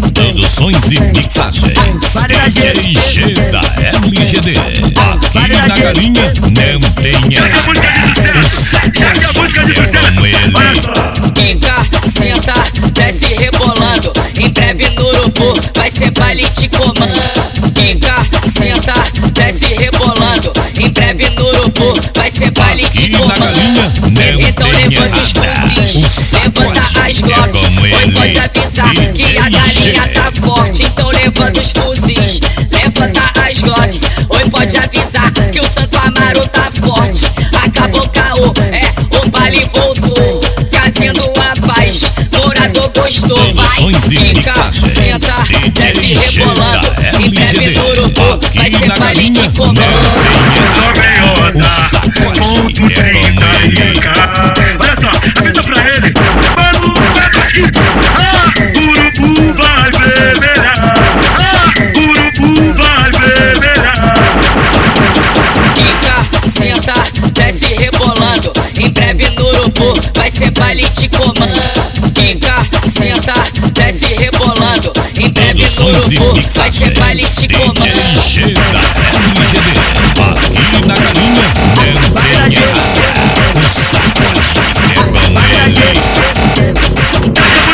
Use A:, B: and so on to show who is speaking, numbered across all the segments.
A: Produções e mixagens. DJ da LGD. Aqui na galinha não tem erro. O sacode é como ele.
B: Entra, senta, desce rebolando. Em breve no urubu vai ser baile de comando. Entra, senta, desce rebolando. Em breve no urubu vai ser baile de
A: Aqui na
B: comando.
A: galinha
B: Então
A: não tem
B: levanta os
A: errado. O
B: pulsinhos, levanta as
A: sacode é
B: glocks.
A: como
B: Pois pode
A: ele.
B: avisar que a galinha tá forte, então levanta os fuzis, levanta as glock. Oi, pode avisar que o Santo Amaro tá forte. Acabou o caô, é, o baile voltou, trazendo a paz. Morador gostou, vai,
A: Produções e
B: fica,
A: mixagens.
B: senta, desce
A: DJ
B: rebolando.
A: da
B: Em breve
A: LGD.
B: duro, vai
A: Aqui
B: ser
A: é na
B: baile
A: galinha
B: de comando.
A: O sacode é como ele.
C: Olha só, avisa pra ele. Mano, vai daqui. Ah, urubu vai vermelhar. Ah, urubu vai vermelhar.
B: Quica, senta, desce rebolando. Em breve no urubu vai ser baile de comando. Quica, senta, desce rebolando. Em breve no
A: Produções e
B: urubu vai
A: mixagens.
B: ser baile de comando.
A: DJ da LGD. Aqui na galinha não tem erro. O sacode é como ele.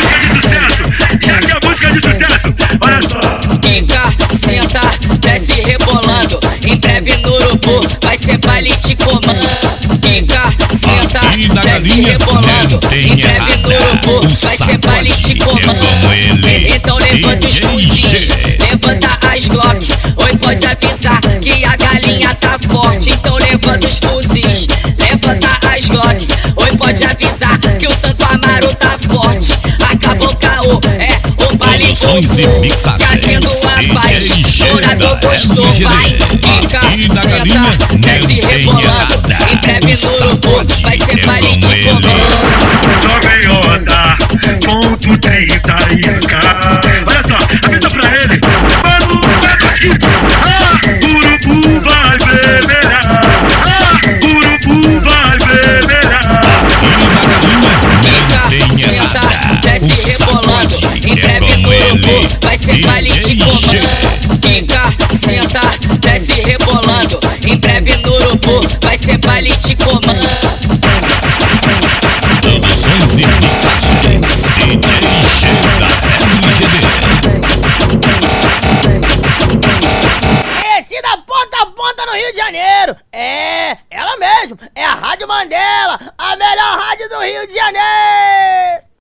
C: Já que a música é de sucesso, olha só.
B: Quica, senta, desce rebolando. Em breve no urubu vai ser baile de comando. Quica, senta,
A: Aqui na
B: desce
A: galinha
B: rebolando.
A: não tem
B: Em breve no
A: errada.
B: urubu
A: O
B: vai ser baile
A: sacode
B: de
A: é como ele.
B: comando. Então levanta os
A: DJ.
B: fuzis, levanta as glock. Oi, pode avisar que a galinha tá forte. Então levanta os fuzis, levanta as glock. Oi, pode avisar que o Santo Amaro tá forte. Acabou o caô, é o baile
A: Produções e mixagens.
B: Trazendo
A: DJ
B: a paz,
A: Geda,
B: morador gostou,
A: LGD.
B: vai
A: Aqui na
B: Fica,
A: galinha
B: senta,
A: não
B: desce
A: tem
B: rebolando
A: errada.
B: Em breve
A: O
B: no urubu
A: sacode
B: vai
A: é
B: ser baile
A: como
B: de
A: ele.
B: comando
C: Jovem Oda, ponto 30 Ianca. Olha só, avisa pra ele. Mano, vai daqui. Ah, urubu vai vermelhar. Ah, urubu vai ah. vermelhar.
A: Aqui na galinha não tem
B: Senta,
A: errada. O
B: desce rebolando
A: sacode
B: Em
A: é
B: breve
A: como
B: no urubu
A: ele.
B: vai ser baile de
A: DJ.
B: comando Quica, senta, desce rebolando Em breve no urubu vai ser baile de comando
A: Produções e mixagens.